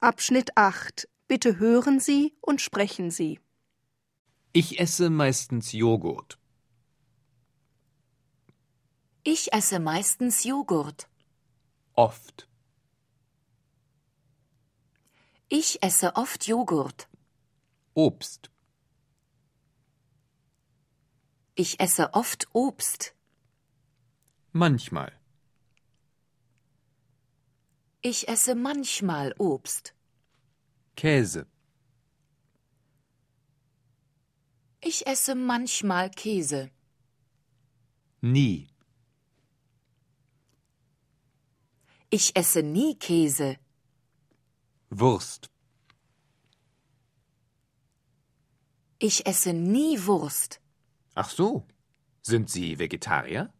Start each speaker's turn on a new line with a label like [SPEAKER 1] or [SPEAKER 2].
[SPEAKER 1] Abschnitt 8. Bitte hören Sie und sprechen Sie.
[SPEAKER 2] Ich esse meistens Joghurt.
[SPEAKER 3] Ich esse meistens Joghurt.
[SPEAKER 2] Oft.
[SPEAKER 3] Ich esse oft Joghurt.
[SPEAKER 2] Obst.
[SPEAKER 3] Ich esse oft Obst.
[SPEAKER 2] Manchmal.
[SPEAKER 3] Ich esse manchmal Obst.
[SPEAKER 2] Käse.
[SPEAKER 3] Ich esse manchmal Käse.
[SPEAKER 2] Nie.
[SPEAKER 3] Ich esse nie Käse.
[SPEAKER 2] Wurst.
[SPEAKER 3] Ich esse nie Wurst.
[SPEAKER 2] Ach so. Sind Sie Vegetarier?